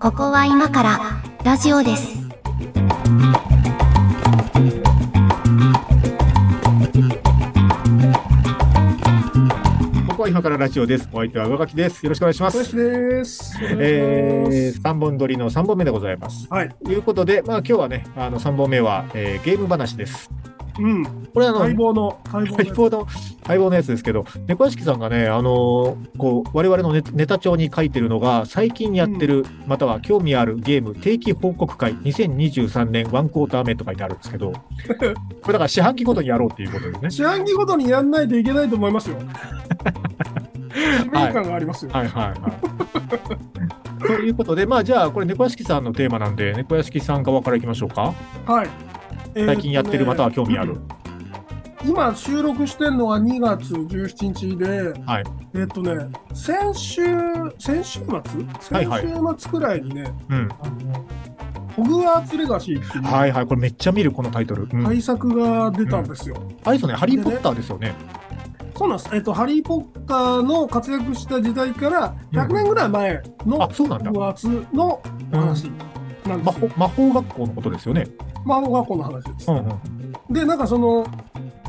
ここは今からラジオです。ここは今からラジオです。お相手は上書きです。よろしくお願いしま小す。林です。えー、3本撮りの3本目でございます。はい。ということで、まあ今日はね、あの3本目は、えーゲーム話です。うん。これあの、待望の待望相棒の、相棒のやつですけど、猫屋敷さんがね、あのーこう、我々のネネタ帳に書いてるのが、最近やってる、または興味あるゲーム定期報告会2023年ワンクォーター目と書いてあるんです けど、これだから四半期ごとにやろうっていうことですねの。。四半期ごとにやんないといけないと思いま すよ。使命感がありますよ。はいはいはい。ということで、まあじゃあ、これ、猫屋敷さんのテーマなんで、猫屋敷さん側からいきましょうか。はい。えーとね最近やってる、または興味ある。。今収録してるのが2月17日で、はいえっとね、先週、先週末はい先はい週末くらいにね、うん。あのホグワーツレガシーっていうはいはい、これめっちゃ見る、このタイトル。うん、対策が出たんですよ。あれですよね、ハリー・ポッターですよね。そうなんです。えっと、ハリー・ポッターの活躍した時代からうん100年ぐらい前あの、そうなんだ。 5月の話なんで魔す法よ。魔法学校のことですよね。魔法学校の話ですう。んうん。で、なんかその、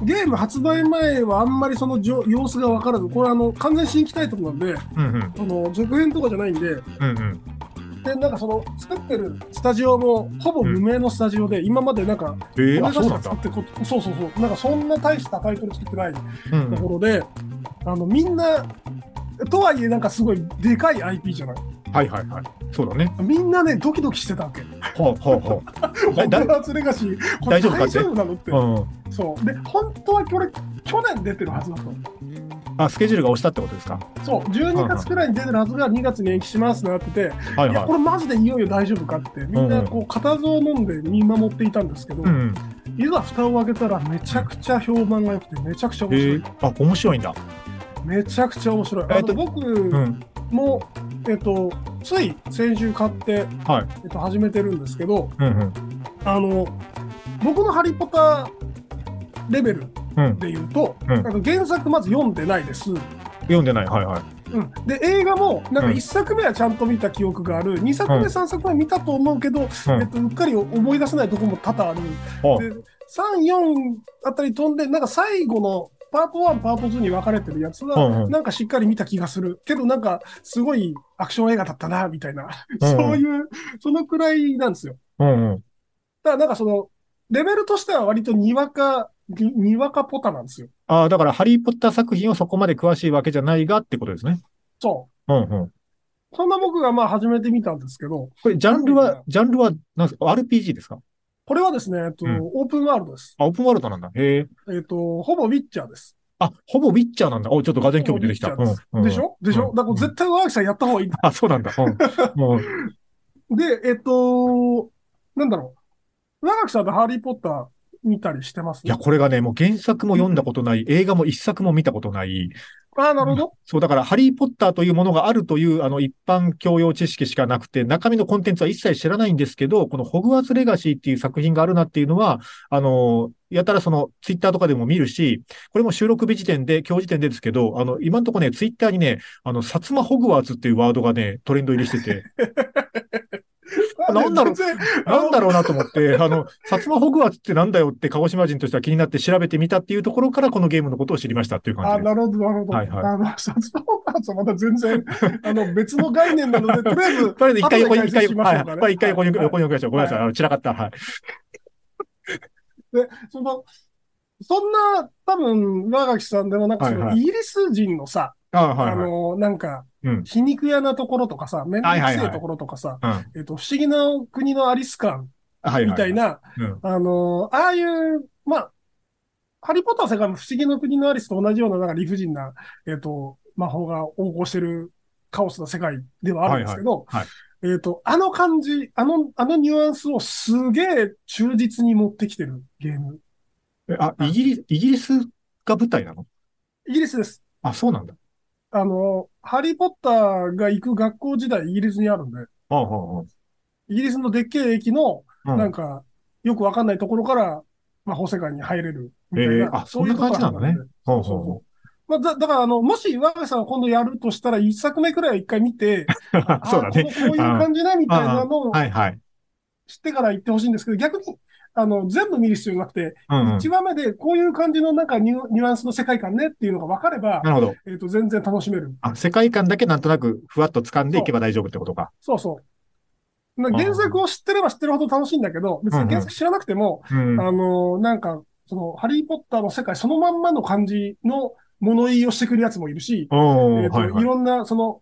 ゲーム発売前はあんまりそのじょ様子が分からず、これあの、完全新規タイトルなんで、うんうん。その、続編とかじゃないんで、うんうん。で、なんかその、作ってるスタジオも、ほぼ無名のスタジオで、今までなんか、えー、お願あ、いそうしなんてだ作っ。てこと、そうそうそう、なんかそんな大したタイトル作ってないうんうとんころで、あのみんなとはいえなんかすごいでかい IP じゃないはいはいはい。そうだね。みんなねドキドキしてたわけほうほうほホグえだワーツレガシーこれ大丈夫かって大丈夫なのってう。うん。そうで本当はこれ去年出てるはずだったのあ、スケジュールが押したってことですか。そう12月くらいに出てるはずが2月に延期しますってなってて、はいいやはこい。れマジでいよいよ大丈夫かってみんなこう固唾を飲んで見守っていたんですけど、うんうん。いざ蓋を開けたらめちゃくちゃ評判が良くてめちゃくちゃえ面白い、ー、あ、面白いんだ。めちゃくちゃ面白い、えっとあの僕、うん。もう、えっと、つい先週買って、はいえっと、始めてるんですけどうんうん。あの僕の「ハリポタ」レベルうん。でいうと、んなんか原作まず読んでないです、うん、読んでない。はいはい。で映画もなんかうん1作目はちゃんと見た記憶がある2作うん目3作目見たと思うけど、えっと、うっかり思い出せないとこも多々あるあで34あたり飛んでなんか最後のパート1パート2に分かれてるやつは、うんうんなんかしっかり見た気がするけどなんかすごいアクション映画だったなみたいな、うんうんそういうそのくらいなんですようんうん。だからなんかそのレベルとしては割とにわかににわかポタなんですよああ、だから、ハリー・ポッター作品をそこまで詳しいわけじゃないがってことですね。そうんうん。うそんな僕がまあ始めてみたんですけどこれ、ジャンルなんはか、ジャンルは、なんですか ?RPG ですかこれはですね、えっとうんオープンワールドです、あ、オープンワールドなんだ。へえ。えっとほぼウィッチャーですあ、ほぼウィッチャーなんだ。お、ちょっとがぜん興味出てきた。ほぼウィッチャーうんうんでしょでしょ、うんだから絶対ワーキさんやった方がいいあ、そうなんだ。うん。もう、で、えっと、なんだろう。長木さんとハリー・ポッター見たりしてますいや、これがね、もう原作も読んだことない、映画も一作も見たことない。ああ、なるほど。そう、だから、ハリー・ポッターというものがあるという、あの、一般教養知識しかなくて、中身のコンテンツは一切知らないんですけど、このホグワーツ・レガシーっていう作品があるなっていうのは、あの、やたらその、ツイッターとかでも見るし、これも収録日時点で、今日時点でですけど、あの、今んとこね、ツイッターにね、あの、薩摩ホグワーツっていうワードがね、トレンド入りして て、なんだろう全然なんだろうなと思って、あの、薩摩ホグワーツってなんだよって鹿児島人としては気になって調べてみたっていうところからこのゲームのことを知りましたっていうあ感あ、じで。なるほど、なるほど。はいはいあの、サツマホーカーとまた全然、あの、別の概念なので、とりあえず、とりあえず一回横に、後一で回解説横しに、ましはょうい、かねこれ一回横に、はい横に置きましょう。ごめんなさい。あの、散らかった。はい。で、その、そんな、多分、長垣さんでも、なんかその、はいはいイギリス人のさ、あはいはい。あの、なんかうん、皮肉屋なところとかさ、めんどくせえところとかさ、はいはいはいえっと、不思議な国のアリス感はいみたい。な、うんあのーああいう、まあ、ハリーポッターの世界も不思議の国のアリスと同じような、なんか理不尽な、えっ、と、魔法が横行してるカオスな世界ではあるんですけど、はいはいえっ、と、あの感じ、あの、あのニュアンスをすげえ忠実に持ってきてるゲーム。えあ、イギリス、イギリスが舞台なのイギリスです。あ、そうなんだ。あのーハリーポッターが行く学校時代イギリスにあるんで、ああ、あイギリスのでっけえ駅の、あ、なんか、よくわかんないところから、魔法世界に入れるみたいな、えーあそんな感じなんだねそういうところんでほうそうほそうまあ、だだから、あの、もし、我がさんが今度やるとしたら、一作目くらいは一回見て、あ そうだね。こここういう感じね、みたいなのをはいはい。知ってから言ってほしいんですけど、逆に、あの、全部見る必要なくて、うんうん一話目でこういう感じのなんかニュニュアンスの世界観ねっていうのが分かれば、なるほど。えっ、と、全然楽しめる。あ、世界観だけなんとなくふわっと掴んでいけば大丈夫ってことか。そうそう。な原作を知ってれば知ってるほど楽しいんだけど、別に原作知らなくても、うん。あの、なんか、その、ハリー・ポッターの世界そのまんまの感じの物言いをしてくるやつもいるし、おー、えっとはいいはい。ろんな、その、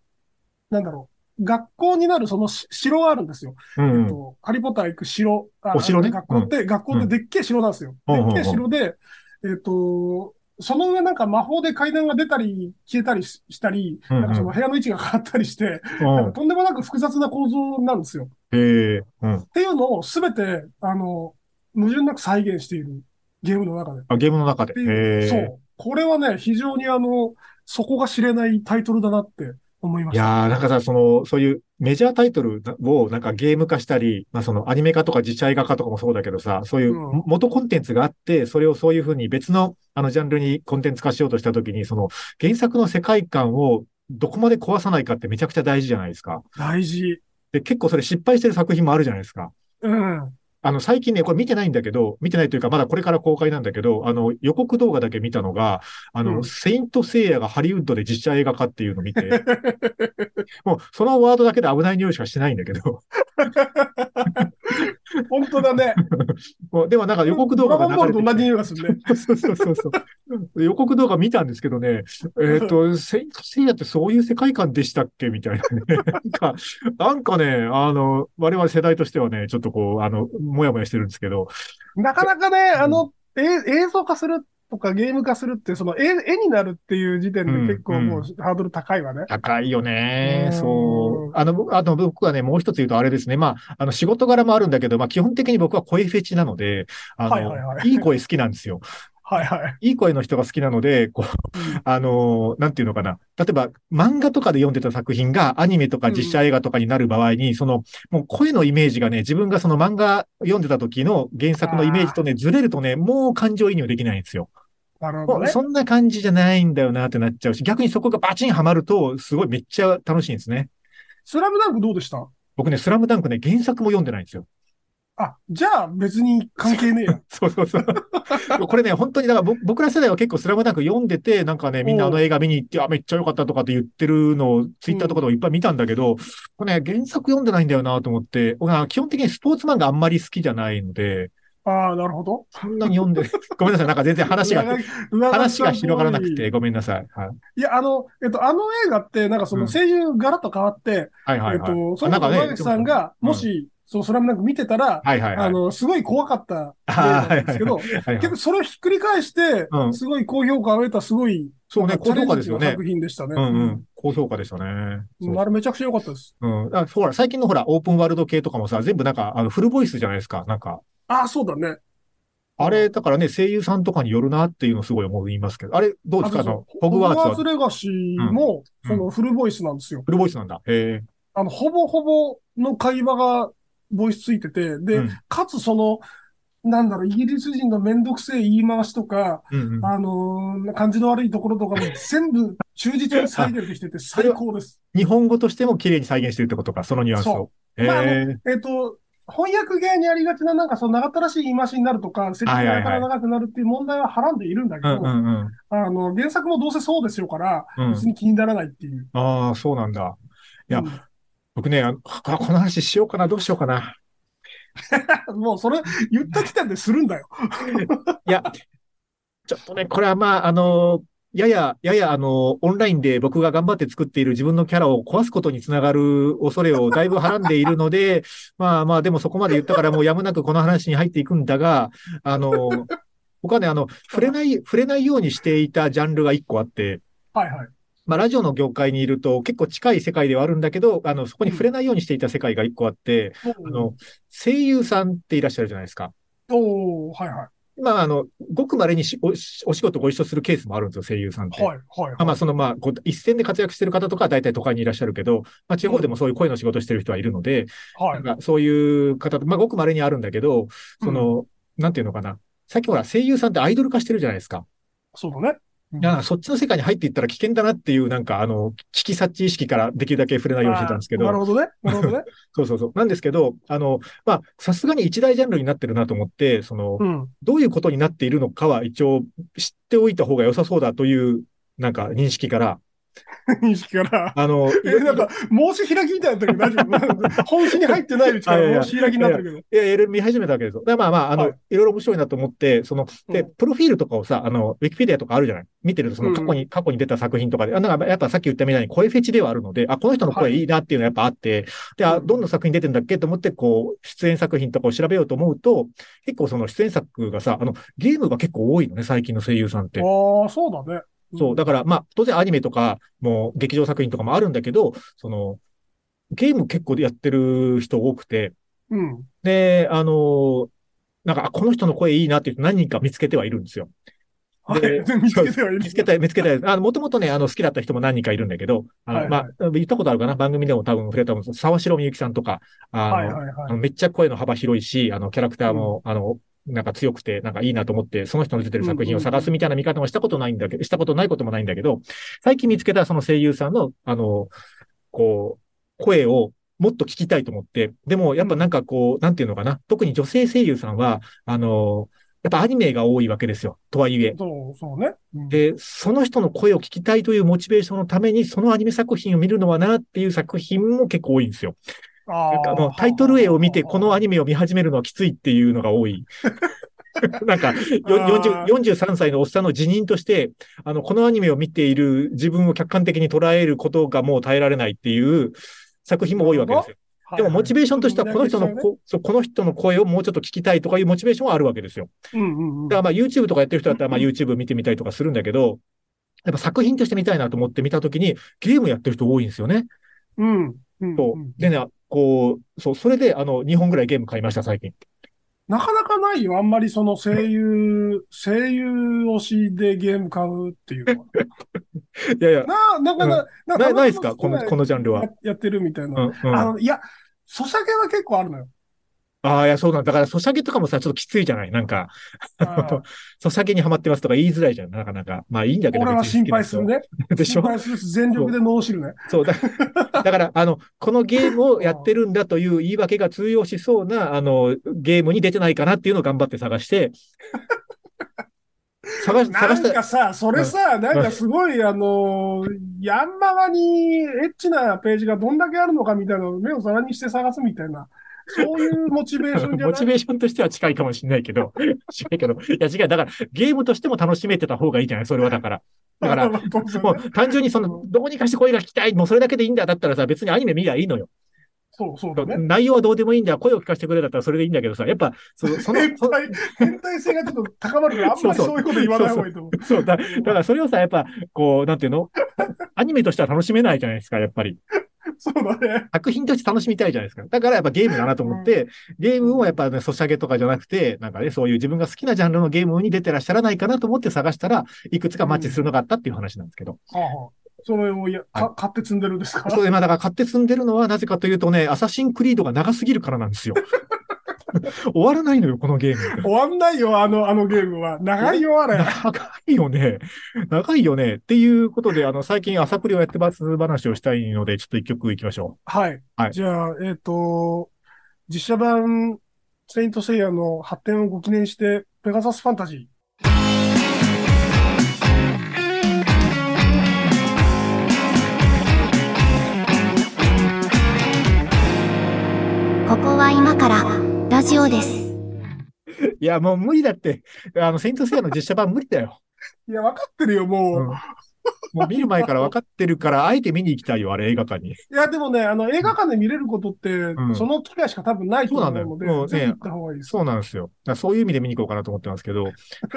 なんだろう、学校になるそのし城があるんですよ。うんえっと、ハリーポッター行く城、あお城ね学校って、学校ってでっけえ城なんですよ。うんうんうんうんでっけえ城で、えっ、と、その上なんか魔法で階段が出たり消えたりししたり、うんうんなんかその部屋の位置が変わったりして、うんなんかとんでもなく複雑な構造なんですよ。へえ。うん。っていうのをすべて、あの、矛盾なく再現しているゲームの中で。あ、ゲームの中で。ってへいえ。うそう。これはね、非常にあの、そこが知れないタイトルだなって思いまいした。やー、なんかさ、その、そういうメジャータイトルをなんかゲーム化したり、まあそのアニメ化とか自治映画化とかもそうだけどさ、そういううん元コンテンツがあって、それをそういうふうに別のあのジャンルにコンテンツ化しようとしたときに、その原作の世界観をどこまで壊さないかってめちゃくちゃ大事じゃないですか。大事。で、結構それ失敗してる作品もあるじゃないですか。うん。あの、最近ね、これ見てないんだけど、見てないというか、まだこれから公開なんだけど、あの、予告動画だけ見たのが、あの、うんセイント・セイヤがハリウッドで実写映画化っていうのを見 て、もう、そのワードだけで危ない匂いしかしてないんだけど、 本当だね。もうでもなん か予告動ド画ラがゴンボール流れと同てじき匂いが するね。て、そうそうそうそう。 予告動画見たんですけどね、えっ、 と、セイント・セイヤってそういう世界観でしたっけみたいなね。 なんか、なんかね、あの、我々世代としてはね、ちょっとこう、あの、もやもやしてるんですけど、なかなかね、うんあの、え映像化するとかゲーム化するって、その絵絵になるっていう時点で結構もううハードル高いわね。高いよね。うんそう。あの、僕あの僕はね、もう一つ言うとあれですね。まあ、あの、仕事柄もあるんだけど、まあ、基本的に僕は声フェチなので、あの、はいいはいいはい声好きなんですよ。はいはい。いい声の人が好きなので、こう、うんあの、なんていうのかな。例えば、漫画とかで読んでた作品がアニメとか実写映画とかになる場合に、その、もう声のイメージがね、自分がその漫画読んでた時の原作のイメージとね、ずれるとね、もう感情移入できないんですよ。なるほどね。そんな感じじゃないんだよなってなっちゃうし、逆にそこがバチンハマると、すごいめっちゃ楽しいんですね。スラムダンクどうでした僕ね、スラムダンクね、原作も読んでないんですよ。 あ、じゃあ別に関係ねえや。そうそうそう。 これね、本当に、だから僕僕ら世代は結構スラムダンク読んでて、なんかね、みんなあの映画見に行って、あ、めっちゃ良かったとかって言ってるのをツイッターとかでもいっぱい見たんだけど、これね、原作読んでないんだよなと思って、僕は基本的にスポーツ漫画あんまり好きじゃないので、ああ、なるほど。そんなに読ん で、ごめんなさい、なんか全然 話が、上書き話が広がらなく。上書きて、ごめんなさい。はいいや、あの、えっと、あの映画って、なんかその声優ガラッと変わって、はいはえいっはい。と、そあなのんかね上垣さんが、うんもし、そのスラムダンク見てたら、はいはいはい。あの、すごい怖かった映画なんですけど、はいはい結構それをひっくり返してう、んすごい高評価を得た、すごい、そうねなんかチャレン高ジ評価ですよねの作品でしたね。うんうん。高評価でしたね。うそんうあれめちゃくちゃ良かったです。うん。あほら、最近のほら、オープンワールド系とかもさ、全部なんか、あの、フルボイスじゃないですか。なんか、ああ、そうだね。あれ、だからね、声優さんとかによるなっていうのすごい思いますけど、あれ、どうですかあとのそ、うホグワーツはホレガシーも、うんそのフルボイスなんですよ。フルボイスなんだ。へあの、ほぼほぼの会話がボイスついてて、え。で、うんかつその、なんだろう、イギリス人のめんどくせえ言い回しとか、うんうん。あのー感じの悪いところとか も全部忠実に再現できてて最高です。日本語としても綺麗に再現してるってことか、そのニュアンスをそ。へまああのえ。えっ、と、翻訳芸にありがちな、なんかその長ったらしい言い回しになるとか、セリフがやたら長くなるっていう問題ははらんでいるんだけうんど、うんうん。あの、原作もどうせそうですよから、うん別、に気にならないっていう。ああ、そうなんだ。いやう僕ね、あのここの話しようかな、どうしようかな。ん もうそれ言った時点でするんだよ。いや、ちょっとね、これはまあ、あの、やや、やや、あの、オンラインで僕が頑張って作っている自分のキャラを壊すことにつながる恐れをだいぶはらんでいるので、 まあまあ、でもそこまで言ったからもうやむなくこの話に入っていくんだが、あの、僕はね、あの、触れない、触れないようにしていたジャンルが一個あって、はいはい。まあ、ラジオの業界にいると結構近い世界ではあるんだけど、あの、そこに触れないようにしていた世界が一個あって、 あの、声優さんっていらっしゃるじゃないですか。おー、はいはまあ、あの、ごく稀にしおお仕事ご一緒するケースもあるんですよ、声優さんって。い。はいはいまあ、まはあその、まあ、こう一線で活躍してる方とかは大体都会にいらっしゃるけど、まあ、地方でもそういう声の仕事してる人はいるので、い。はい。なんかそういう方、まあ、ごく稀にあるんだけど、その、なんていうのかな。さっきほら、声優さんってアイドル化してるじゃないですか。そうだね。うんなんかそっちの世界に入っていったら危険だなっていう、なんかあの、危機察知意識からできるだけ触れないようにしてたんですけどな、るほどね。なる ほどね。そうそうそう。なんですけど、あの、まあ、さすがに一大ジャンルになってるなと思って、その、うん。どういうことになっているのかは一応知っておいた方が良さそうだという、なんか認識から、認識から。あの、いえ、なんか、申し開きみたいになったけど大丈夫本心に入ってないうちかあいやいやら申し開きになってるけど。やいろいろ見始めたわけですよ。だからまあまあ、あの、はいい、ろいろ面白いなと思って、その、で、うんプロフィールとかをさ、あの、ウィキペディアとかあるじゃない見てると、その過去うんに、過去に出た作品とかで、あなんかやっぱさっき言ったみたいに声フェチではあるので、あ、この人のは声いいいなっていうのはやっぱあって、で、あ、うんどんな作品出てんだっけと思って、こう、出演作品とかを調べようと思うと、結構その出演作がさ、あの、ゲームが結構多いのね、最近の声優さんって。ああ、そうだね。そう。だから、まあ、当然アニメとか、もう劇場作品とかもあるんだけど、その、ゲーム結構やってる人多くて、うん。で、あのーなんか、あこの人の声いいなっていう人何人か見つけてはいるんですよ。はい。でで見つけてはいる。見つけたい、見つけたい。あの、もともとね、あの、好きだった人も何人かいるんだけど、あの、はいはいまあ、言ったことあるかな番組でも多分触れたもん、沢城みゆきさんとか、あの、はいはいあはのめっちゃ声の幅広いし、あの、キャラクターも、あの、なんか強くて、なんかいいなと思って、その人の出てる作品を探すみたいな見方もしたことないんだけど、したことないこともないんだけど、最近見つけたその声優さんの、あの、こう、声をもっと聞きたいと思って、でもやっぱなんかこう、なんていうのかな、特に女性声優さんは、あの、やっぱアニメが多いわけですよ、とはいえい。。そう、そうね。うんで、その人の声を聞きたいというモチベーションのために、そのアニメ作品を見るのはなっていう作品も結構多いんですよ。なんかあの、タイトル絵を見て、このアニメを見始めるのはきついっていうのが多 い。なんか、よ40 43歳のおっさんの辞任として、あの、このアニメを見ている自分を客観的に捉えることがもう耐えられないっていう作品も多いわけですよ。メでも、モチベーションとしては、この人の、こそうこの人の声をもうちょっと聞きたいとかいうモチベーションはあるわけですよ。うんうんうん。だからまあ YouTube とかやってる人だったらまあ YouTube 見てみたりとかするんだけど、やっぱ作品として見たいなと思って見たときに、ゲームやってる人多いんですよね。うん。うん。そううんでね、こう、そう、それで、あの、2本ぐらいゲーム買いました、最近。なかなかないよ。あんまりその声優、声優推しでゲーム買うっていうのいやいや、は。なあ、なかななない、ないですかこの、この。のジャンルは。ややってるみたいうん、な。うん。ああの、いや、ソシャゲは結構あ るのよ。あー、いや、そうなんだ。だから、ソシャゲとかもさ、ちょっときついじゃないなんか、あソシャゲにハマってますとか言いづらいじゃん、なかなか。まあ、いいんだけど。俺は心配するね。ね。 でし心ょ配するし、全力で脳汁ね。そうだ。だから、あの、このゲームをやってるんだという言い訳が通用しそうな、あの、ゲームに出てないかなっていうのを頑張って探して、探し、探なしんた、かさ、それさ、なんかすごい、あのー、ヤンマガにエッチなページがどんだけあるのかみたいなのを目を皿にして探すみたいな、そういうモチベーションじゃモなチいベーションとしては近いかもしれないけど、近いけど、いや違う、だからゲームとしても楽しめてた方がいいじゃない、それはだから。だから、まあどうぞねもう単純にその、どうにかして声が聞きたい、もうそれだけでいいんだ、だったらさ、別にアニメ見りゃいいのよ。 そうそうだね。内容はどうでもいいんだ、声を聞かせてくれだったらそれでいいんだけどさ、やっぱ、その、そ の、変そ態、変態性がちょっと高まるから、あんまりそういうこと言わない方がいいと思う。そうだ、だからそれをさ、やっぱ、こう、なんていうのアニメとしては楽しめないじゃないですか、やっぱり。そうだね。作品として楽しみたいじゃないですか。だからやっぱゲームだなと思って、ゲームをやっぱね、ソシャゲとかじゃなくて、なんかね、そういう自分が好きなジャンルのゲームに出てらっしゃらないかなと思って探したら、いくつかマッチするのがあったっていう話なんですけど。はあはあそれをやか買って積んでるんですか そうで、まあだから買って積んでるのはなぜかというとね、アサシンクリードが長すぎるからなんですよ。終わらないのよ、このゲーム。終わんないよ、あの、あのゲームは。長いよ、あれ。長いよね。長いよね。っていうことで、あの、最近朝プリをやってます話をしたいので、ちょっと一曲いきましょはい。 はいじゃあ、えっ、と、実写版、セイントセイヤの発展をご記念して、ペガサスファンタジー。ここは今からラジオです。う。いや、もう無理だって。あの、セイントセイヤの実写版無理だよ。いや、わかってるよ、もう。うんもう見る前から分かってるから、あえて見に行きたいよ、あれ、映画館に。いや、でもね、あの、映画館で見れることって、んその機会しか多分ないと思うそのうなで、んだよもうねぜひ行った方がいいです。そうなんですよ。だからそういう意味で見に行こうかなと思ってますけど。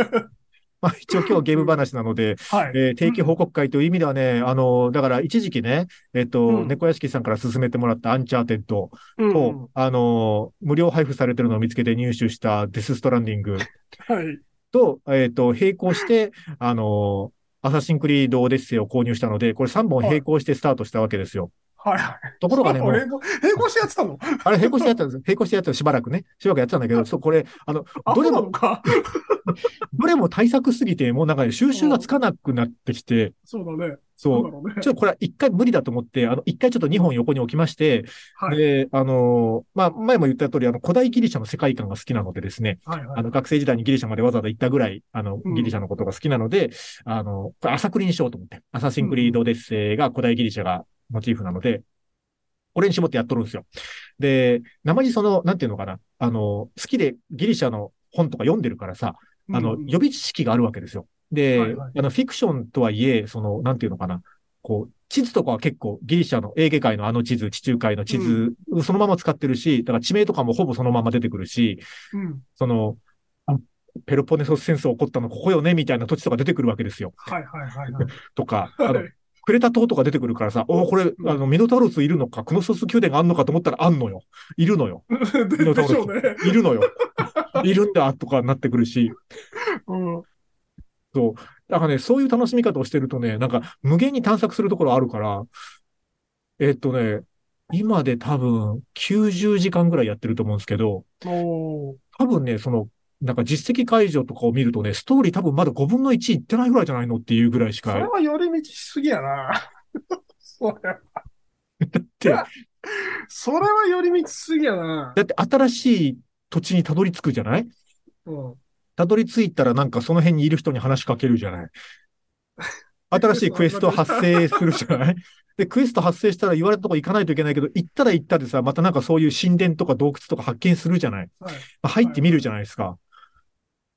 まあ一応今日ゲーム話なので、はい。えー定期報告会という意味ではね、あの、だから一時期ね、えっ、うと、ん猫屋敷さんから勧めてもらったアンチャーテッドうんと、あの、無料配布されてるのを見つけて入手したデスストランディングはい。と、えっ、と、並行して、あの、アサシンクリードオデッセイを購入したので、これ3本並行してスタートしたわけですよ。はいはい。ところがね、もう並行、並行してやってたのあれ、並行してやってたんですよ。並行してやってたしばらくね。しばらくやってたんだけど、そう、これ、あの、あどれそうなもの、か。どれも対策すぎて、もうなんかね収集がつかなくなってきて、そうだね。そうな。んだろうね。ちょっとこれは一回無理だと思って、あの、一回ちょっと2本横に置きまして、はい。で、あのまあ、前も言った通り、あの、古代ギリシャの世界観が好きなのでですね、はいはあい。の、学生時代にギリシャまでわざわざ行ったぐらい、あの、うんギリシャのことが好きなので、あの、これ朝クリにしようと思って、アサシンクリードデッセイが古代ギリシャがモチーフなので、これに絞ってやっとるんですよ。で、生にその、なんていうのかな、あの、好きでギリシャの本とか読んでるからさ、あの、うん予備知識があるわけですよ。で、はいはいあの、フィクションとはいえ、その、なんていうのかな、こう、地図とかは結構ギリシャのエーゲ海のあの地図、地中海の地図、そのまま使ってるし、だから地名とかもほぼそのまま出てくるし、うん。その、あペロポネソス戦争起こったのここよね、みたいな土地とか出てくるわけですよ。はいはいはいはい。とか、あはのい、クレタ島とか出てくるからさ、おーこれ、あの、ミノタウロスいるのか、クノソス宮殿があんのかと思ったらあんのよ。いるのよ。ミでノタウでしょロうね。ス。いる のよ。いるんだ、とかなってくるし。うん。だからね、そういう楽しみ方をしてるとね、なんか無限に探索するところあるから、えっとね、今で多分90時間ぐらいやってると思うんですけど、おー多分ね、その、なんか実績解除とかを見るとね、ストーリー多分まだ5分の1いってないぐらいじゃないのっていうぐらいしそれか、は寄り道しすぎやな。 それはてそれは寄り道しすぎやな。だって新しい土地にたどり着くじゃないうん。たどり着いたらなんかその辺にいる人に話しかけるじゃない。新しいクエスト発生するじゃないで、クエスト発生したら言われたとこ行かないといけないけど、行ったら行ったでさ、またなんかそういう神殿とか洞窟とか発見するじゃない、はいまあ入ってみるじゃないですか。っ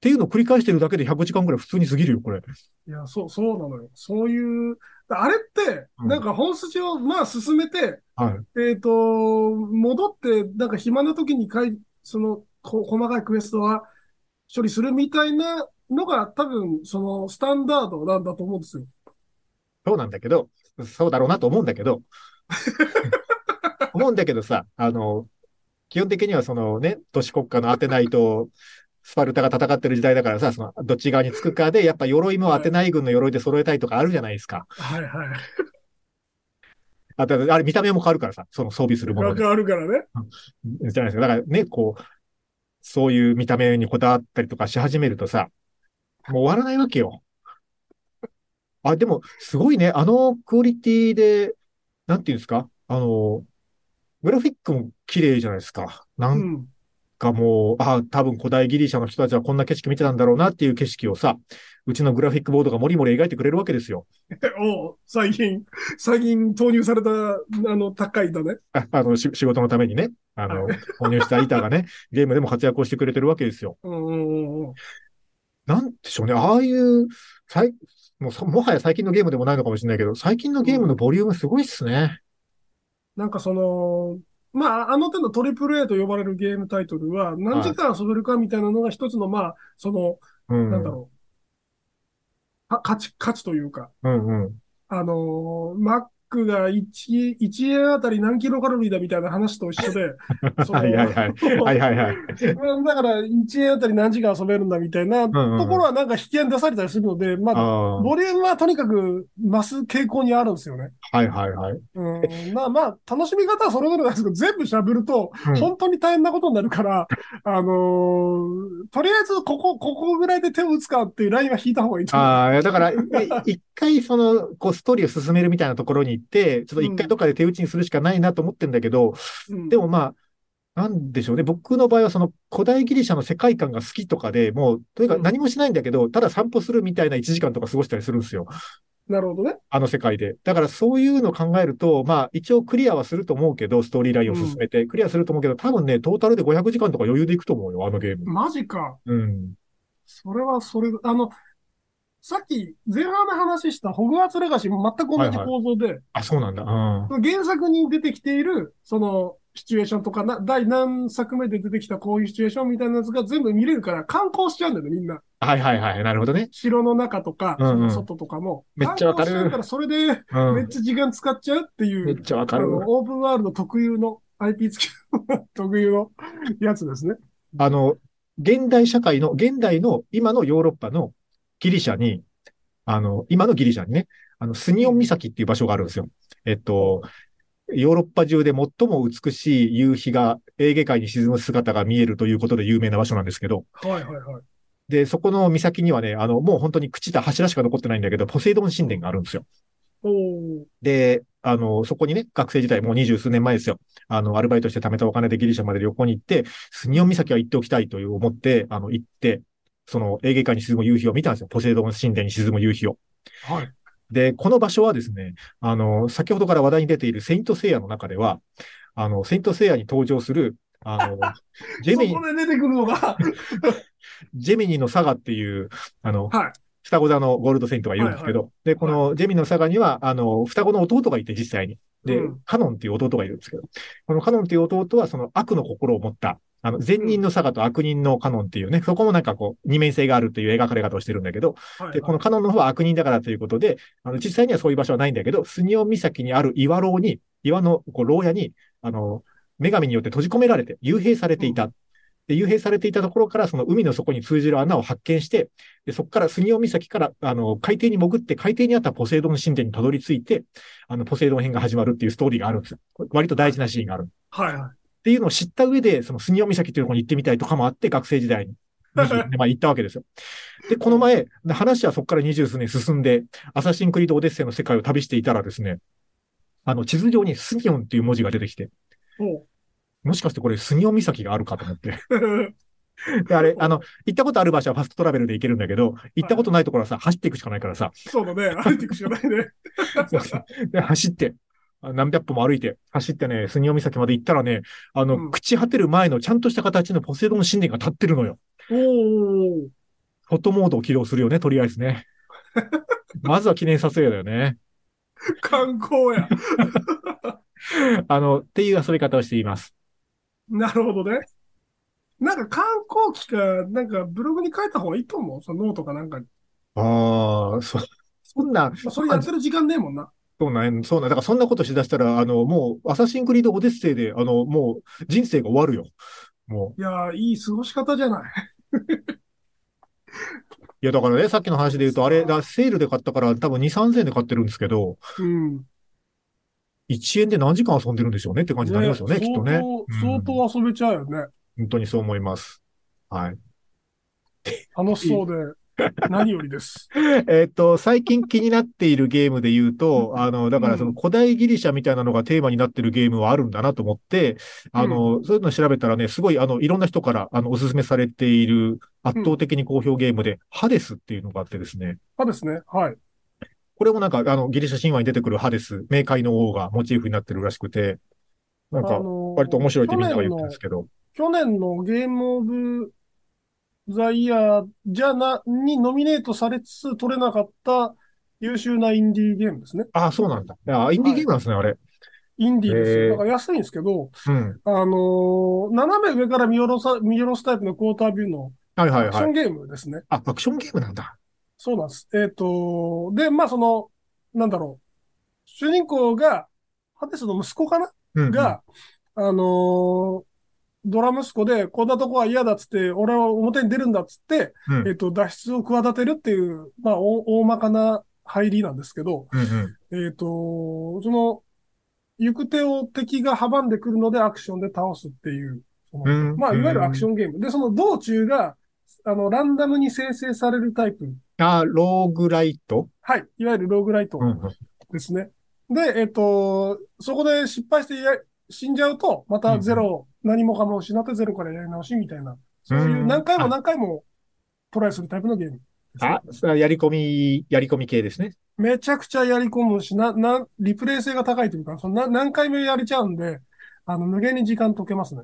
ていうのを繰り返してるだけで100時間ぐらい普通に過ぎるよ、これ。いや、そう、そうなのよ。そういう、あれって、うんなんか本筋を、まあ進めて、はい。えっと、戻って、なんか暇な時にかい、その、こ、細かいクエストは処理するみたいなのが多分、その、スタンダードなんだと思うんですよ。そうなんだけど、そうだろうなと思うんだけど、思うんだけどさ、あの、基本的にはそのね、都市国家のアテナイと、スパルタが戦ってる時代だからさ、その、どっち側につくかで、やっぱ鎧もアテナイ軍の鎧で揃えたいとかあるじゃないですか。はいはい。あとあれ、見た目も変わるからさ、その装備するものなんで。かあるからね。じゃないですか。だからね、こう、そういう見た目にこだわったりとかし始めるとさ、もう終わらないわけよ。あ、でも、すごいね。あのクオリティで、なんていうんですかあの、グラフィックも綺麗じゃないですか。なうんん。かもう、あ、多分古代ギリシャの人たちはこんな景色見てたんだろうなっていう景色をさ、うちのグラフィックボードがもりもり描いてくれるわけですよ。 おう最近、最近投入された、あの、高いだね。ああの、し仕事のためにね、あの、購入した板がね、ゲームでも活躍をしてくれてるわけですよ。うんうんうんうん。なんでしょうね、ああいう、最もうそもはや最近のゲームでもないのかもしれないけど、最近のゲームのボリュームすごいっすね。なんかその、まあ、あの手のトリプル A と呼ばれるゲームタイトルは、何時間遊べるかみたいなのが一つの、まあ、その、うん。なんだろう、か価値、価値というか、うんうん。あのーマックが1、一円あたり何キロカロリーだみたいな話と一 緒で、そのはいはいはい。はいはいはい。うん だから1円あたり何時間遊べるんだみたいなとうんうんころはなんか引き合いに出されたりするので、まあ、あボリュームはとにかく増す傾向にあるんですよね。あー。はいはいはい。うん、まあまあ、楽しみ方はそれぞれなんですけど、全部喋ると、うん本当に大変なことになるから、あのーとりあえず、ここ、ここぐらいで手を打つかっていうラインは引いた方がいいと思う。ああ、だから、ね 一回その、こう、ストーリーを進めるみたいなところに行って、ちょっと一回どっかで手打ちにするしかないなと思ってんだけど、うんでもまあ、なんでしょうね。僕の場合はその古代ギリシャの世界観が好きとかで、もう、とにかく何もしないんだけど、ただ散歩するみたいな1時間とか過ごしたりするんですよ。なるほどね。あの世界で。だからそういうのを考えると、まあ一応クリアはすると思うけど、ストーリーラインを進めて、クリアすると思うけど、多分ね、トータルで500時間とか余裕でいくと思うよ、あのゲーム。マジか。うん。それはそれ、あの、さっき前半の話したホグワーツレガシーも全く同じ構造で、あ、そうなんだ。う原作に出てきている、その、シチュエーションとかな、第何作目で出てきたこういうシチュエーションみたいなやつが全部見れるから観光しちゃうんだよね、みんな。ん。はいはいはい。なるほどね。城の中とか、うんうんその外とかも。めっちゃわかる観光しちゃうからそれで、うめっん。ちゃ時間使っちゃうっていう。めっちゃわかある。の、オープンワールド特有の、IP 付きの特有のやつですね。あの、現代社会の、現代の今のヨーロッパのギリシャに、あの、今のギリシャにね、あの、スニオン岬っていう場所があるんですよ。えっと、ヨーロッパ中で最も美しい夕日がエーゲ海に沈む姿が見えるということで有名な場所なんですけど、はいはいはい。で、そこの岬にはね、あの、もう本当に朽ちた柱しか残ってないんだけど、ポセイドン神殿があるんですよ。おーで、あの、そこにね、学生時代、もう二十数年前ですよ。あの、アルバイトして貯めたお金でギリシャまで旅行に行って、スニオン岬は行っておきたいという思って、あの、行って、その、エーゲ海に沈む夕日を見たんですよ。ポセイドン神殿に沈む夕日を。はい。で、この場所はですね、あの、先ほどから話題に出ているセイントセイヤの中では、あの、セイントセイヤに登場する、あ の、ジェミニそこ、で出てくるのが、ジェミニのサガっていう、あの、はい双子座のゴールドセイントがいるんですけど、で、このジェミニのサガには、あの、双子の弟がいて、実際に。で、うんカノンっていう弟がいるんですけど、このカノンっていう弟は、その悪の心を持った、あの、善人のサガと悪人のカノンっていうね、そこもなんかこう、二面性があるっていう描かれ方をしてるんだけど、はいで、このカノンの方は悪人だからということで、あの、実際にはそういう場所はないんだけど、スニオン岬にある岩牢に、岩のこう牢屋に、あの、女神によって閉じ込められて、幽閉されていた。で、幽閉されていたところから、その海の底に通じる穴を発見して、で、そこからスニオン岬から、あの、海底に潜って、海底にあったポセイドン神殿にたどり着いて、あの、ポセイドン編が始まるっていうストーリーがあるんですよ。これ割と大事なシーンがある。はいはい。っていうのを知った上で、そのスニオ岬っていうところに行ってみたいとかもあって、学生時代 に。20年前行ったわけですよ。で、この前、話はそこから二十数年進んで、アサシンクリード・オデッセイの世界を旅していたらですね、あの、地図上にスニオンっていう文字が出てきて、おもしかしてこれスニオ岬があるかと思 って。うで、あれ、あの、行ったことある場所はファストトラベルで行けるんだけど、行ったことないところはさ、走っていくしかないからさ、 そうだね。歩いていくしかないね。そうそう で走って、あ何百歩も歩いて、走ってね、スニオ岬まで行ったらね、あの、うん朽ち果てる前のちゃんとした形のポセイドン神殿が立ってるのよ。おーフォトモードを起動するよね、とりあえず ね。まずは記念撮影だよね。観光や。あの、っていう遊び方をしています。なるほどね。なんか観光機か、なんかブログに書いた方がいいと思う。そのノートかなんかに。ああ、そ、そんな、まあ、それやってる時間ねえもんな。そうなん、そうなん、だからそんなことしだしたら、あの、もう、アサシンクリード・オデッセイで、あの、もう、人生が終わるよ。もいやー、いい過ごし方じゃない。う。いや、だからね、さっきの話で言うと、あれ、だセールで買ったから、多分2、3000円で買ってるんですけど、うん。 1円で何時間遊んでるんでしょうねって感じになりますよね、ねきっとね。相当、相当遊べちゃうよね。本当にそう思います。はい。楽しそうで、何よりです。えっと、最近気になっているゲームで言うと、あの、だからその古代ギリシャみたいなのがテーマになってるゲームはあるんだなと思って、あの、そういうのを調べたらね、すごい、あの、いろんな人から、あの、おすすめされている圧倒的に好評ゲームで、ハデスっていうのがあってですね、あですね。はい。これもなんか、あの、ギリシャ神話に出てくるハデス、冥界の王がモチーフになってるらしくて、なんか、のー割と面白いってみんなが言ってるんですけど、去年のゲームオブザイヤーじゃな、にノミネートされつつ取れなかった優秀なインディーゲームですね。ああ、そうなんだ。あインディーゲームなんですね、あれ。インディーですへーよ。だから安いんですけど、うん。あのー斜め上から見下ろさ、見下ろすタイプのクォータービューのはいはいアクシはョンい。ゲームですね。あ、アクションゲームなんだ。そうなんです。えっ、と、で、まあその、なんだろう。主人公が、ハテスの息子かなうんうん。が、あのードラ息子で、こんなとこは嫌だっつって、俺は表に出るんだっつって、うんえっと、脱出を企てるっていう、まあ、お大まかな入りなんですけど、うんうん。えっ、と、その、行く手を敵が阻んでくるのでアクションで倒すっていう、そのうんまあ、いわゆるアクションョンゲーム。で、その道中が、あの、ランダムに生成されるタイプ。あ、ローグライトはい。いわゆるローグライトうんうん。ですね。で、えっ、と、そこで失敗してや死んじゃうと、またゼロ、何もかも失ってゼロからやり直しみたいな、そういう何回も何回もトライするタイプのゲーム。あ、それはやり込み、やり込み系ですね。めちゃくちゃやり込むし、な、な、リプレイ性が高いというか、そのな何回もやれちゃうんで、あの、無限に時間解けますね。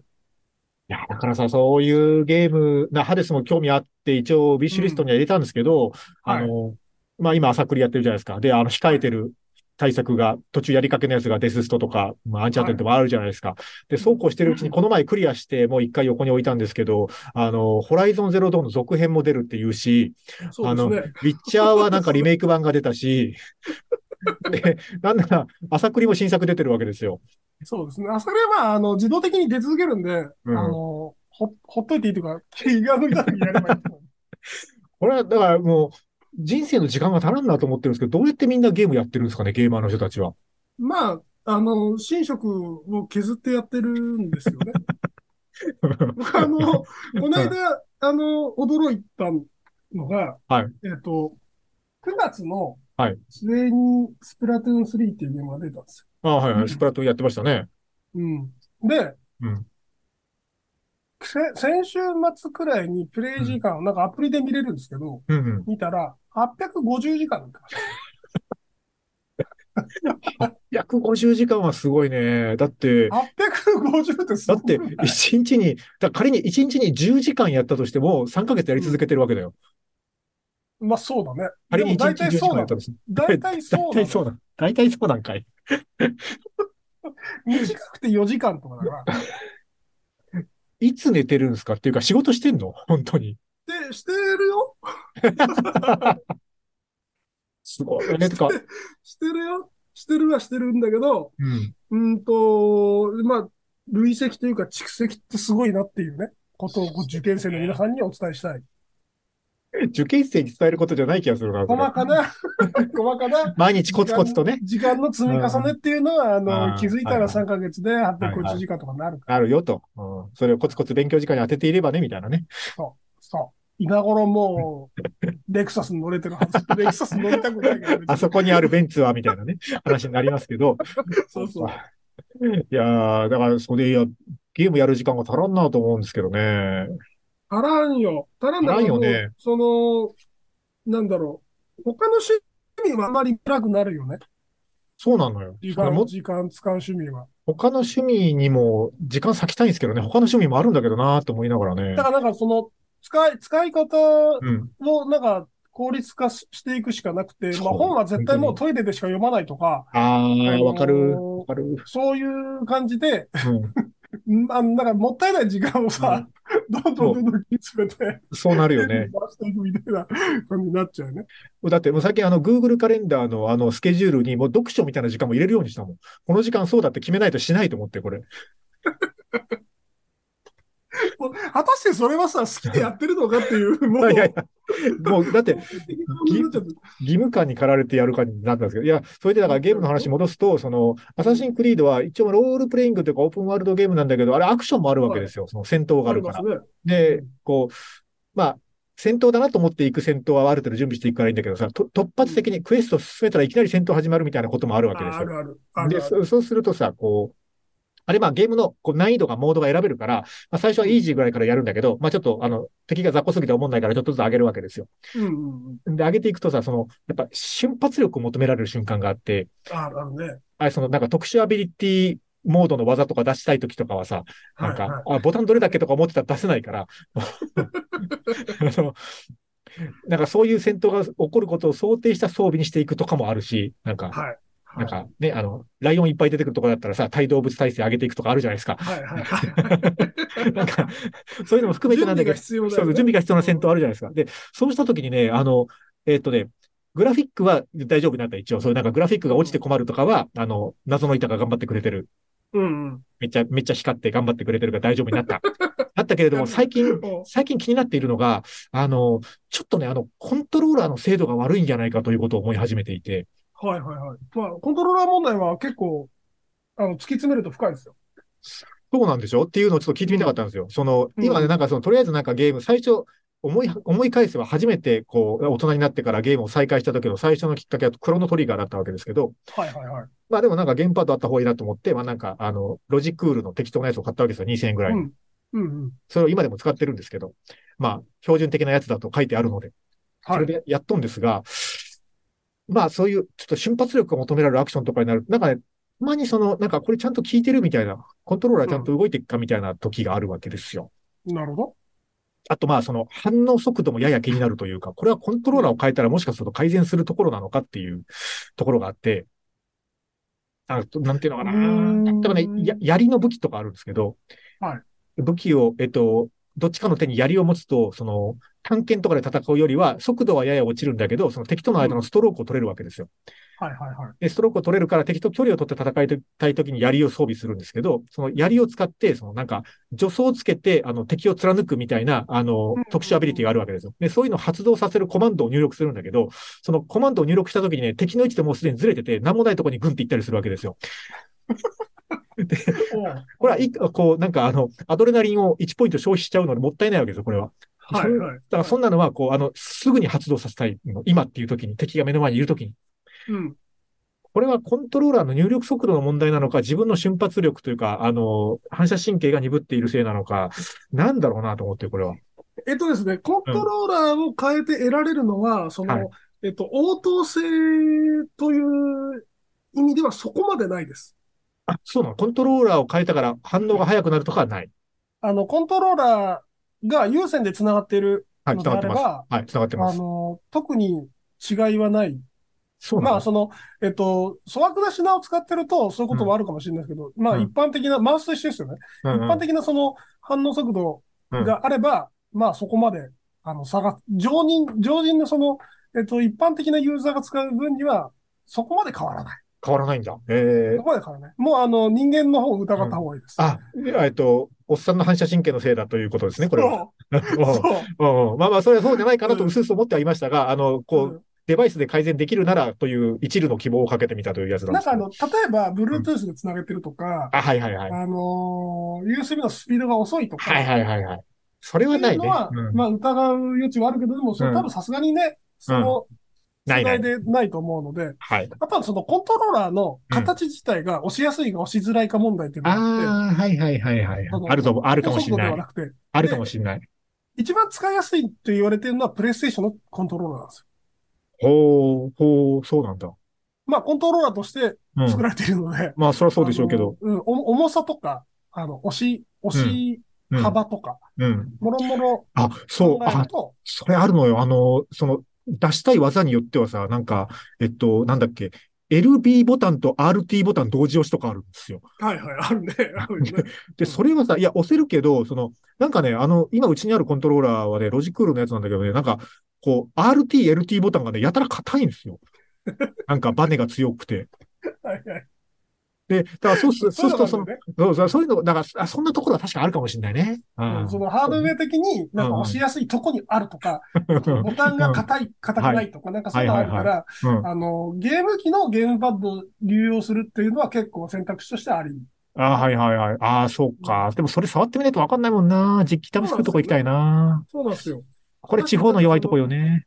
いや、だからさ、そういうゲーム、な、ハデスも興味あって、一応、ビッシュリストには入れたんですけど、あはい。の、まあ、今、朝繰りやってるじゃないですか。で、あの、控えてる対策が、途中やりかけのやつがデスストとか、まあ、アンチャーテッドもあるじゃないですか。で、そうこうしてるうちに、この前クリアして、もう一回横に置いたんですけど、あの、ホライゾンゼロドーンの続編も出るっていうし、そうですね。ウィッチャーはなんかリメイク版が出たし、 で、なんなら、朝繰りも新作出てるわけですよ。そうですね。あ、それは、あの、自動的に出続けるんで、うんあの、ほ、ほっといていいというか、気が向いた時にやればいいと思う。これは、だからもう、人生の時間が足らんなと思ってるんですけど、どうやってみんなゲームやってるんですかね、ゲーマーの人たち は。 まあ、あの、寝食を削ってやってるんで すよね。あの、この間、あの、驚いたんのが、はいえっ、と、9月のはい末にスプラトゥーン3っていうゲームが出たんですあはいはうんい。スプラトゥーンやってましたね。よ。うん。で、うんせ先週末くらいにプレイ時間をなんかアプリで見れるんですけど、うんうん。見たら850時間だったらしい150時間はすごいね。だって、 850ってすだごっくなて、い1日に、だから仮に1日に10時間やったとしても、3ヶ月やり続けてるわけだよ。まあそうだね。仮にでも1大日体10時そう間やなったのとしても。大体そ大うなの体そうなん。大体そうなんかい。短くて4時間とかだから。いつ寝てるんですかっていうか、仕事してんの本当に。で、してるよすごいね。とか、してるよしてるはしてるんだけど、うん。うーんと、まあ、累積というか蓄積ってすごいなっていうね、ことをこう受験生の皆さんにお伝えしたい。受験生に伝えることじゃない気がするな。それ細 かな、細かな、毎日コツコツとね、時間の積み重ねっていうのは、あうの、ん気づいたはらいは3ヶ月で850時間とかになるから。あるよと、うん。それをコツコツ勉強時間に当てていればね、みたいな ね。そう。今頃もう、レクサスに乗れてるはず。 レクサス乗りたくないけど、あそこにあるベンツは、みたいなね、話になりますけど。そうそう。 いやー、だからそこで、いや、ゲームやる時間が足らんなと思うんですけどね。足らんよ。足らんだ足らんけど、よねその、なんだろう。他の趣味はあまりなくなるよね。そうなのよ。時だから間、も時間使う趣味は。他の趣味にも時間割きたいんですけどね。他の趣味もあるんだけどなーと思いながらねだ。からなんかその、使い、使い方うん。をなんか効率化ししていくしかなくて、そうまあ本は絶対もうトイレでしか読まないとか、ああのーー、わかる。わかる。うん。そういう感じで、 うんあのなんかもったいない時間をさ、どんどんどんどん切り詰めて、そうなるよ手ね に。回していくみたいな感じになっちゃうよね。だってもう最近あの Google カレンダーのあのスケジュールにもう読書みたいな時間も入れるようにしたもん。この時間そうだって決めないとしないと思って、これ。もう果たしてそれはさ、好きでやってるのかっていう、もう、 いやいや、もうだって的な感じになっちゃって義務感に駆られてやるかになったんですけど、いや、それでだからゲームの話戻すと、その、アサシンクリードは一応ロールプレイングというかオープンワールドゲームなんだけど、あれアクションもあるわけですよ。その戦闘があるから。りますね。で、こう、まあ、戦闘だなと思っていく戦闘はある程度準備していくからいいんだけどさ、と突発的にクエスト進めたらいきなり戦闘始まるみたいなこともあるわけであすあよ。るある。あで、るある。そそうするとさ、こう、あれまあゲームのこう難易度が、モードが選べるから、まあ最初はイージーぐらいからやるんだけど、まあちょっとあの、敵が雑魚すぎて思んないからちょっとずつ上げるわけですよ。うんうんうん。で、上げていくとさ、その、やっぱ瞬発力を求められる瞬間があって、あるあるね。あれそのなんか特殊アビリティモードの技とか出したい時とかはさ、なんか、はいはいあボタンどれだっけとか思ってたら出せないから、 あのなんかそういう戦闘が起こることを想定した装備にしていくとかもあるし、なんか、はい。はいなんかね、あの、ライオンいっぱい出てくるとこだったらさ、対動物体制上げていくとかあるじゃないです か。はいはいはい。なんか、そういうのも含めてなんだけど、準備が必要だそうそようね準備が必要な戦闘あるじゃないですか。で、そうしたときにね、あの、えっとね、グラフィックは大丈夫になった、一応。そういうなんかグラフィックが落ちて困るとかは、あの、謎の板が頑張ってくれてる。うんうん。めっちゃ、めっちゃ光って頑張ってくれてるから大丈夫にな った。なったけれども、最近、最近気になっているのが、あの、ちょっとね、あの、コントローラーの精度が悪いんじゃないかということを思い始めていて、はいはいはい。まあ、コントローラー問題は結構、あの、突き詰めると深いですよ。そうなんでしょっていうのをちょっと聞いてみたかったんですよ。その、うん今ね、なんかその、とりあえずなんかゲーム、最初、思い、思い返せば初めて、こう、大人になってからゲームを再開した時の最初のきっかけはクロノトリガーだったわけですけど、はいはいはい。まあでもなんかゲームパードあった方がいいなと思って、まあなんか、あの、ロジクールの適当なやつを買ったわけですよ。2000円ぐらいの。うん。うんうん。それを今でも使ってるんですけど、まあ、標準的なやつだと書いてあるので、そはれい。でやっとんですが、まあそういうちょっと瞬発力が求められるアクションとかになる。なんかね、たまにその、なんかこれちゃんと効いてるみたいな、コントローラーちゃんと動いていくかみたいな時があるわけですよ。なるほあとまあその反応速度もやや気になるというか、これはコントローラーを変えたらもしかすると改善するところなのかっていうところがあって、あなんていうのかうーんな。例えばね、や槍の武器とかあるんですけど、はい武器を、えっと、どっちかの手に槍を持つと、その、探検とかで戦うよりは、速度はやや落ちるんだけど、その敵との間のストロークを取れるわけですよ。ど。はいはいはい。で、ストロークを取れるから敵と距離を取って戦いたいときに槍を装備するんですけど、その槍を使って、そのなんか、助走をつけて、あの、敵を貫くみたいな、あのうん、特殊アビリティがあるわけですよ。で、そういうのを発動させるコマンドを入力するんだけど、そのコマンドを入力したときにね、敵の位置でもうすでにずれてて、なんもないところにグンって行ったりするわけですよ。おうこれはい、こう、なんかあの、アドレナリンを1ポイント消費しちゃうのでもったいないわけですよ、これは。はいはい。だだからそんなのは、こう、あの、すぐに発動させたいの。今っていう時に、敵が目の前にいる時に。うん。これはコントローラーの入力速度の問題なのか、自分の瞬発力というか、あの、反射神経が鈍っているせいなのか、なんだろうなと思って、これは。えっとですね、コントローラーを変えて得られるのは、その、はいえっと、応答性という意味ではそこまでないです。あ、そうなの。コントローラーを変えたから反応が速くなるとかはない。あの、コントローラーが有線で繋がっているはい、の繋がってであれます。ば、はい、繋がってまあす。の、特に違いはない。そうなまのあ、その、えっと、粗悪な品を使ってると、そういうこともあるかもしれないですけど、まあ、うん一般的な、マウスと一緒ですよね。うんうん一般的なその反応速度があれば、まあそこまで、あの、差が、常人、常人のその、えっと、一般的なユーザーが使う分には、そこまで変わらない。変わらないんだ。えそえこまで変わらない。もうあの、人間の方を疑った方がいいです。あ、えっと、おっさんの反射神経のせいだということですね、これは。そう、うそんうんまあまあ、それはそうじゃないかなと、うんうすうす思ってはいましたが、あの、こう。う、デバイスで改善できるならという一縷の希望をかけてみたというやつなんなでんすけかあどの、例えば、Bluetooth で繋げてるとか、あ、はいはいはい。あのー、USB のスピードが遅いとか、はいはいはいはい。それっはてないいうのね。は、うんまあ疑う余地はあるけど、でも、それ多分さすがにね、その、ない世な代い。でないと思うので、はい。あとはそのコントローラーの形自体が押しやすいか押しづらいか問題っていうのあがあって、あ、はいはいはいはいそ。のあると思う、あるかもしれ速度でな。はいなくて、あるかもしれない。一番使いやすいと言われてるのはプレイステーションのコントローラーなんですよ。ほう、ほう、そうなんだ。まあコントローラーとしてう作ん。られているので、まあ、そりゃそうでしょうけど。あの。うん、お重さとか、あの、押し、押しうん幅とか、うん。もろもろあ、そう考、えある、と、それあるのよ。あの、その、出したい技によってはさ、なんか、えっと、なんだっけ、LB ボタンと RT ボタン同時押しとかあるんですよ。はいはい、あるね。あるね で、それはさ、いや、押せるけど、その、なんかね、あの、今うちにあるコントローラーはね、ロジクールのやつなんだけどね、なんか、こう、RT、LT ボタンがね、やたら硬いん ですよ。なんか、バネが強くて。はいはい。で、だからそうす、そうすると、そそうなのん、だよそねうそうそういうの、だから、あそんなところは確かあるかもしれないね。ううんん。そのハードウェア的になんか押しやすいとこにあるとか、ボタンが硬い、硬くないとか、なんかそういうのがあるかはら、 うんあの、ゲーム機のゲームパッドを流用するっていうのは結構選択肢としてあり。ああ、はいはいはい。ああ、そうか。でもそれ触ってみないとわかんないもんな。実機試すとこ行きたいな。そうなんですよ。これ地方の弱いとこよね。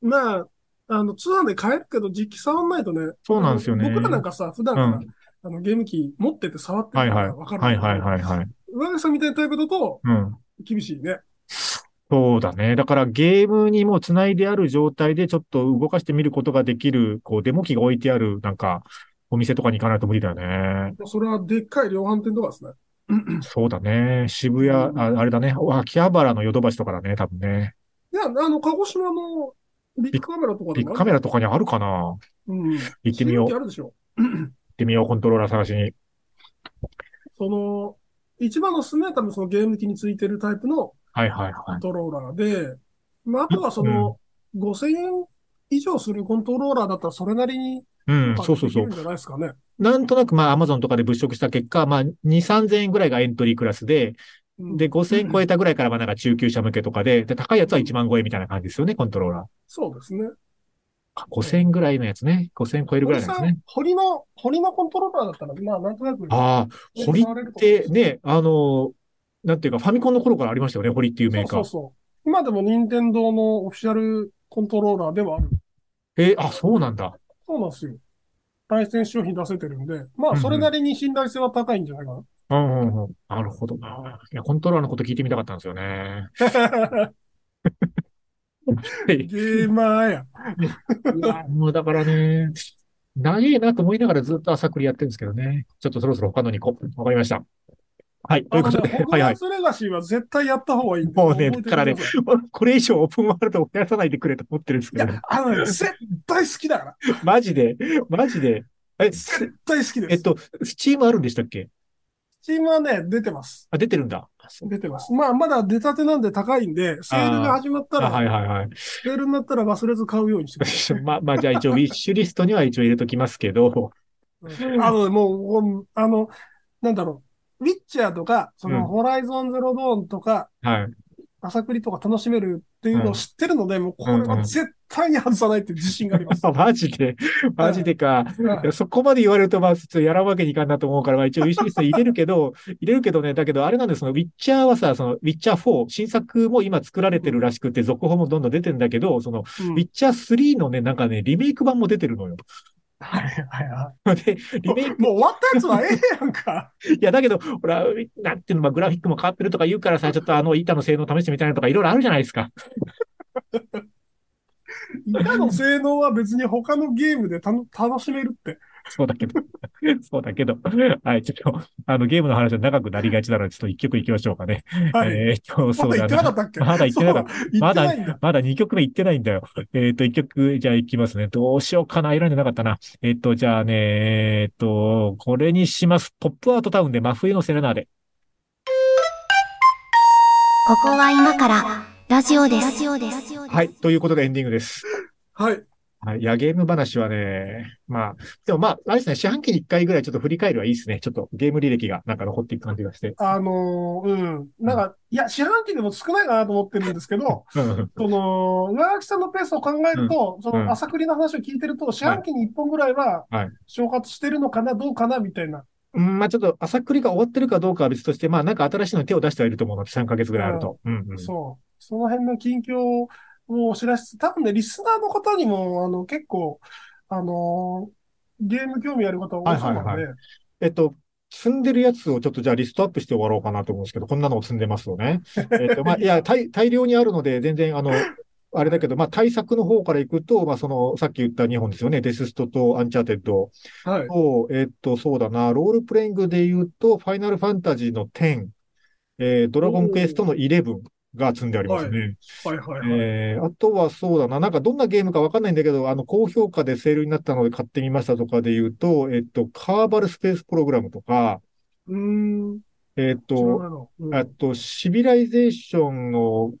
まあ、あの、通販で買えるけど、実機触んないとね。そうなんですよね僕らなんかさ、普段から、うあの、ゲーム機持ってて触ってはるいかはい。らわかるんだはけいど。はいはいはい。上田さんみたいなタイプだと、うん。厳しいね。そうだね。だからゲームにもう繋いである状態でちょっと動かしてみることができる、こう、デモ機が置いてある、なんか、お店とかに行かないと無理だよね。それはでっかい量販店とかですね。 そうだね。渋谷、ああれだね。秋葉原のヨドバシとかだね、多分ね。いや、あの、鹿児島のビッグカメラとかでビッグもカある。メラとかにあるかなうん。行ってみよう。ゲーム機行あるでしょ。ってみよう、コントローラー探しに。その、一番の勧めは多分そのゲーム機についてるタイプのはいはいコはントローラーで、まあ、あとはその、5000円以上するコントローラーだったらそれなりに、い。うん、そうそうそうできるん。じゃないですかね。なんとなく、まあ、アマゾンとかで物色した結果、まあ、2、3000円ぐらいがエントリークラスで、うんで、5000円超えたぐらいから、まあ、なんか中級者向けとかで、で、高いやつは1万超えみたいな感じですよね、コントローラそうですね。ー。5000円ぐらいのやつね。5000円超えるぐら堀いのさやつんね。、堀の、堀のコントローラーだったら、まあ、なんとなく、ああ、堀っ触れると思うんてですよ、ね、あの、なんていうか、ファミコンの頃からありましたよね、堀っていうメーカそうー。そうそう。今でも任天堂のオフィシャルコントローラーではある。えーあ、そうなんだ。そうなんですよ。ライセンス商品出せてるんで、まあ、それなりに信頼性は高いんじゃないかな。うんうんうん。なるほどな。いや、コントローラーのこと聞いてみたかったんですよね。 いゲーマーや。や、もうだからね、長えなと思いながらずっと朝繰りやってるんですけどね。ちょっとそろそろ他のに行こう。わかりました。はい、ということで、あのねホはグいワはーい。ツレガシーは絶対やった方がいいんでもうね、覚えだてからおいねてください、これ以上オープンワールドをやらさないでくれと思ってるんですいけどね、や、あのね、絶対好きだから。マジで、マジで。え、絶対好きです。えっと、スチームあるんでしたっけチームはね、出てます。あ、出てるんだ。出てます。まあ、まだ出たてなんで高いんで、セールが始まったあ、ら、はいはい はい。セールになったら忘れず買うようにしてくださま、まあ、じゃあ一応、ウィッシュリストには一応入れときますけど、い。あのね、もうもう、あの、なんだろう。ウィッチャーとか、そうんの、ホライゾンゼロドーンとか、はい。朝栗とか楽しめるっていうのを知ってるので、もうこれは絶対に外さないっていう自信があります。あマジで、マジでか。いやそこまで言われると、まあ、ちょっとやらんわけにいかんなと思うから、まあ、一応、ウィッシュリストに入れるけど、 入れるけどね、だけど、あれなんです、その、ウィッチャーはさ、その、ウィッチャー4、新作も今作られてるらしくて、続報もどんどん出てんだけど、その、うんウィッチャー3のね、なんかね、リメイク版も出てるのよ。 はいはいはで、リメイい。もう終わったやつはええやんか。いや、だけど、ほら、なんていうの、まあ、グラフィックも変わってるとか言うからさ、ちょっとあの、板の性能試してみたいなとか、いろいろあるじゃないですか。 板の性能は別に他のゲームでたの楽しめるって。そうだけど。 そうだけど。はい、ちょっと、あの、ゲームの話は長くなりがちなので、ちょっと一曲行きましょうかね。はい。えーっと、まそうだ言だな。ってなかったっけ。まだ言ってなかった言ってないんだ。まだ2曲目行ってないんだよ。えーっ、と、1曲、じゃあ行きますね。どうしようかな。選んでなかったな。えーっ、と、じゃあね、えーっ、と、これにします。ポップアートタウンで真冬のセレナーデ。ここは今からラジオです。ラジオです。はい。ということでエンディングです。はい。はい。いや、ゲーム話はね、まあ、でもまあ、あれですね、四半期に一回ぐらいちょっと振り返るはいいですね。ちょっとゲーム履歴がなんか残っていく感じがして。あのーうん。なんか、いや、四半期でも少ないかなと思ってるんですけど、うんその、上垣さんのペースを考えると、そうんの、朝栗の話を聞いてると、四半期に1本ぐらいははい、昇発してるのかな、どうかな、みたいな。うん、まあちょっと朝栗が終わってるかどうかは別として、まあなんか新しいのに手を出してはいると思うので、3ヶ月ぐらいあると。うんうん。そう。その辺の近況を知らしつつ、多分ね、リスナーの方にも、あの、結構、あのーゲーム興味ある方多そうなはいのはいで、えっと、積んでるやつをちょっとじゃあリストアップして終わろうかなと思うんですけど、こんなのを積んでますよ ね。えっと、まあ、いや、大、大量にあるので、全然、あの、あれだけど、まあ、対策の方からいくと、まあ、その、さっき言った2本ですよね。デスストとアンチャーテッドはい。と、えっと、そうだな、ロールプレイングで言うと、ファイナルファンタジーの10、えードラゴンクエストの11が積んでありますね。はいはいはい。えーあとはそうだな、なんかどんなゲームかわかんないんだけど、あの、高評価でセールになったので買ってみましたとかで言うと、えっと、カーバルスペースプログラムとか、うーん、えっそと、うなの。うんあと、シビライゼーションの、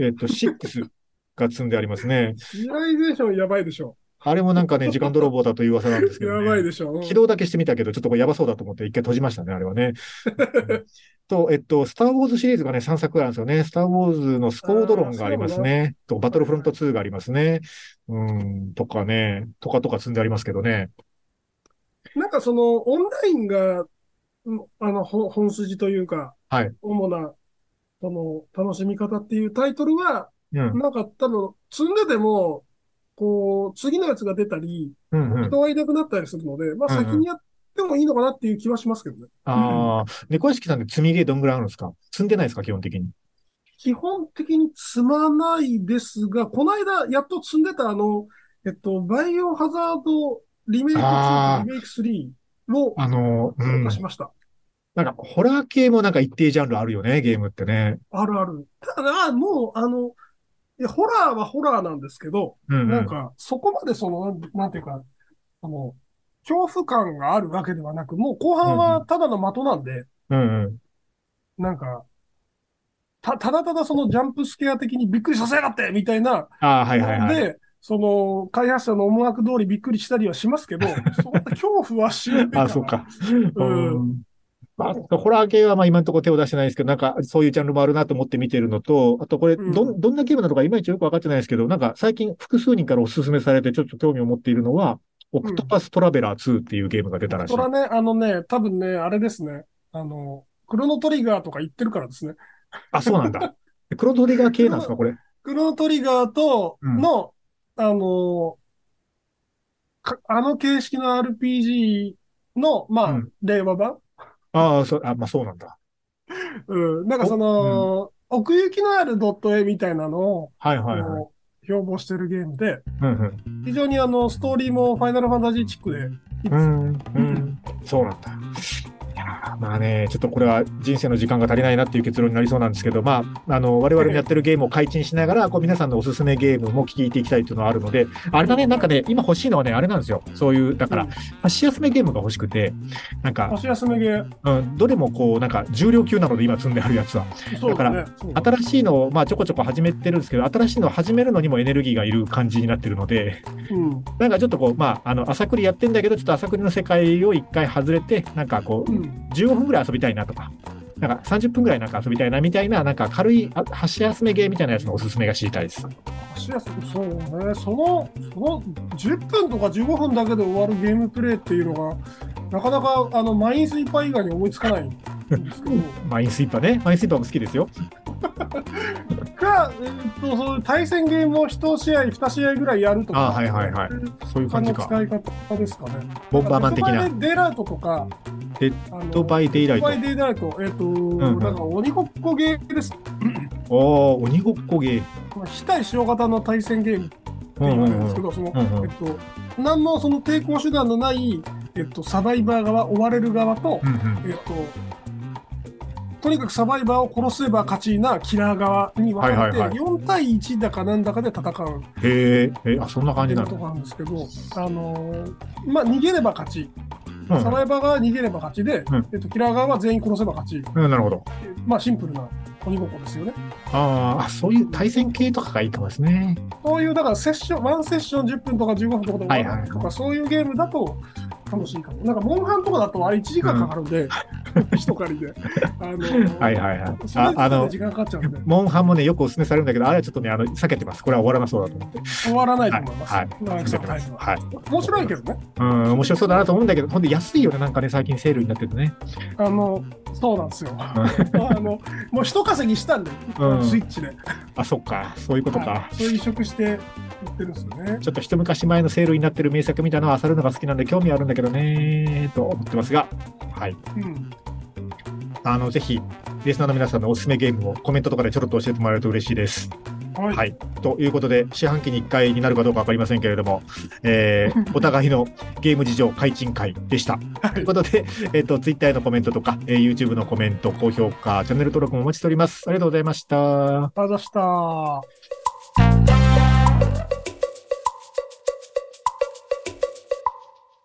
えっと、6が積んでありますね。シビライゼーションやばいでしょ。あれもなんかね、時間泥棒だという噂なんですけやどね。ばいでしょ。うん起動だけしてみたけど、ちょっとこれやばそうだと思って一回閉じましたね、あれはね。うんと、えっと、スター・ウォーズシリーズがね、3作あるんですよね。スター・ウォーズのスコードロンがありますね。と、バトルフロント2がありますね。うん、とかね、とかとか積んでありますけどね。なんかその、オンラインが、うんあの、ほ本筋というか、はい主な、その、楽しみ方っていうタイトルは、うん、なんか多分、積んでても、こう、次のやつが出たり、うん、うん。人がいなくなったりするので、まあうんうん先にやってもいいのかなっていう気はしますけどね。ああ、猫屋敷さんで積み入れどんぐらいあるんですか積んでないですか、基本的に。基本的に積まないですが、この間、やっと積んでたあの、えっと、バイオハザードリメイク2あーとリメイク3をあの、う参ん加。しました。なんか、ホラー系もなんか一定ジャンルあるよね、ゲームってね。あるある。ただ、もう、あの、いやホラーはホラーなんですけど、うん、うん。なんか、そこまでその、なんなんていうか、あの、恐怖感があるわけではなく、もう後半はただの的なんで、うん、うん。なんか、た、ただただそのジャンプスケア的にびっくりさせやがってみたいな、ああ、はいはいはい。で、その、開発者の思惑通りびっくりしたりはしますけ ど、そんな恐怖はしないから。あ、そうか。うんうんまあ、ホラー系はまあ今のところ手を出してないですけど、なんかそういうジャンルもあるなと思って見てるのと、あとこれどん、うどんなゲームなのかいまいちよくわかってないですけど、なんか最近複数人からお勧めされてちょっと興味を持っているのは、オクトパストラベラー2っていうゲームが出たらしい。そらね、あのね、多分ね、あれですね。あの、クロノトリガーとか言ってるからですね。あ、そうなん だ。クロノトリガー系なんですか、これ。クロノトリガーとうんの、あの、かあの形式の RPG の、まあ、うん令和版ああ、そう、あ、まあそうなんだ。うん。なんかその、奥行きのあるドット絵みたいなのを、はいはいはい。こう標榜してるゲームで、うん非常にあの、ストーリーもファイナルファンタジーチックで、うん。うん、うん。そうなんだ。いやーまあね、ちょっとこれは人生の時間が足りないなっていう結論になりそうなんですけど、まあ、あの、我々のやってるゲームを解禁しながら、こう皆さんのおすすめゲームも聞いていきたいというのはあるので、あれだね、なんかね、今欲しいのはね、あれなんですよ。そういう、だから、箸休めゲームが欲しくて、なんか、足休めゲー、うん、どれもこう、なんか重量級なので今積んであるやつは。そうだだね。そうだね新しいのを、まあちょこちょこ始めてるんですけど、新しいのを始めるのにもエネルギーがいる感じになってるので、うん。なんかちょっとこう、まあ、あの、朝栗やってんだけど、ちょっと朝栗の世界を一回外れて、なんかこう、うん。 15分ぐらい遊びたいなとか、なんか30分ぐらいなんか遊びたいなみたいな、なんか軽いあ箸休めゲーみたいなやつのおすすめが知りたいです。箸休めそうね、その、その10分とか15分だけで終わるゲームプレイっていうのが、なかなかあのマインスイーパー以外に思いつかないんで すけど、マインスイーパーね。マインスイーパーも好きですよ。が、えっと、その対戦ゲームを1試合、2試合ぐらいやるとか、あはいはいはいそういう他感じのか。使い方ですかね。ボンバーマン的なんなか。デッドバイデイライトとか、デッドバイデイライトあのデッドバイデイライト、えっと、うんなんか鬼ごっこゲーです。おお鬼ごっこゲー。まあ非対称型の対戦ゲームってう言んううんんですうけん。ど、その、うんうえんっと、何のその抵抗手段のない、えっと、サバイバー側、追われる側と、うんうんえっと、とにかくサバイバーを殺せば勝ちなキラー側に分かれて、はいはいはい4対1だかなんだかで戦うへえ、え、あ、そんな感ってじいうなことの。なんですけど、あのーまあ、逃げれば勝ち、うサんバイバーが逃げれば勝ちで、うんえっと、キラー側は全員殺せば勝ち、うん、なるほど。まあ、シンプルな鬼ごっこですよね。あーあ、そういう対戦系とかがいいかもですね。そういう、だからセッション、ワンセッション10分とか15分とかで終わはいはるいとか、そういうゲームだと楽しいかも。なんか、モンハンとかだとあれ1時間かかるんで、一狩りで。あのーはいはいはいそれあだ、けあでの、時間かかっちゃうんで、モンハンもね、よくおすすめされるんだけど、あれはちょっとね、あの、避けてます。これは終わらなそうだと思って。終わらないと思います。はいまあ避けてます。はい。面白いけどね。うん、面白そうだなと思うんだけど、ほんで安いよね、なんかね、最近セールになっててね。あの、そうなんですよ。あの、もう一稼ぎしたんで、うんスイッチで。あ、そっか、そういうことかはい。そういう移植して売ってるんですよね。ちょっと一昔前のセールになってる名作みたいなのを漁るのが好きなんで興味あるんだけどね、と思ってますが、はい。うん。あの、ぜひ、リスナーの皆さんのおすすめゲームをコメントとかでちょろっと教えてもらえると嬉しいです。はい。はい。ということで、四半期に1回になるかどうか分かりませんけれども、え ーお互いのゲーム事情解禁会でした。ということで、えっ、と、ツイッターへのコメントとか、えー YouTube のコメント、高評価、チャンネル登録もお待ちしております。ありがとうございました。ありがとうございました。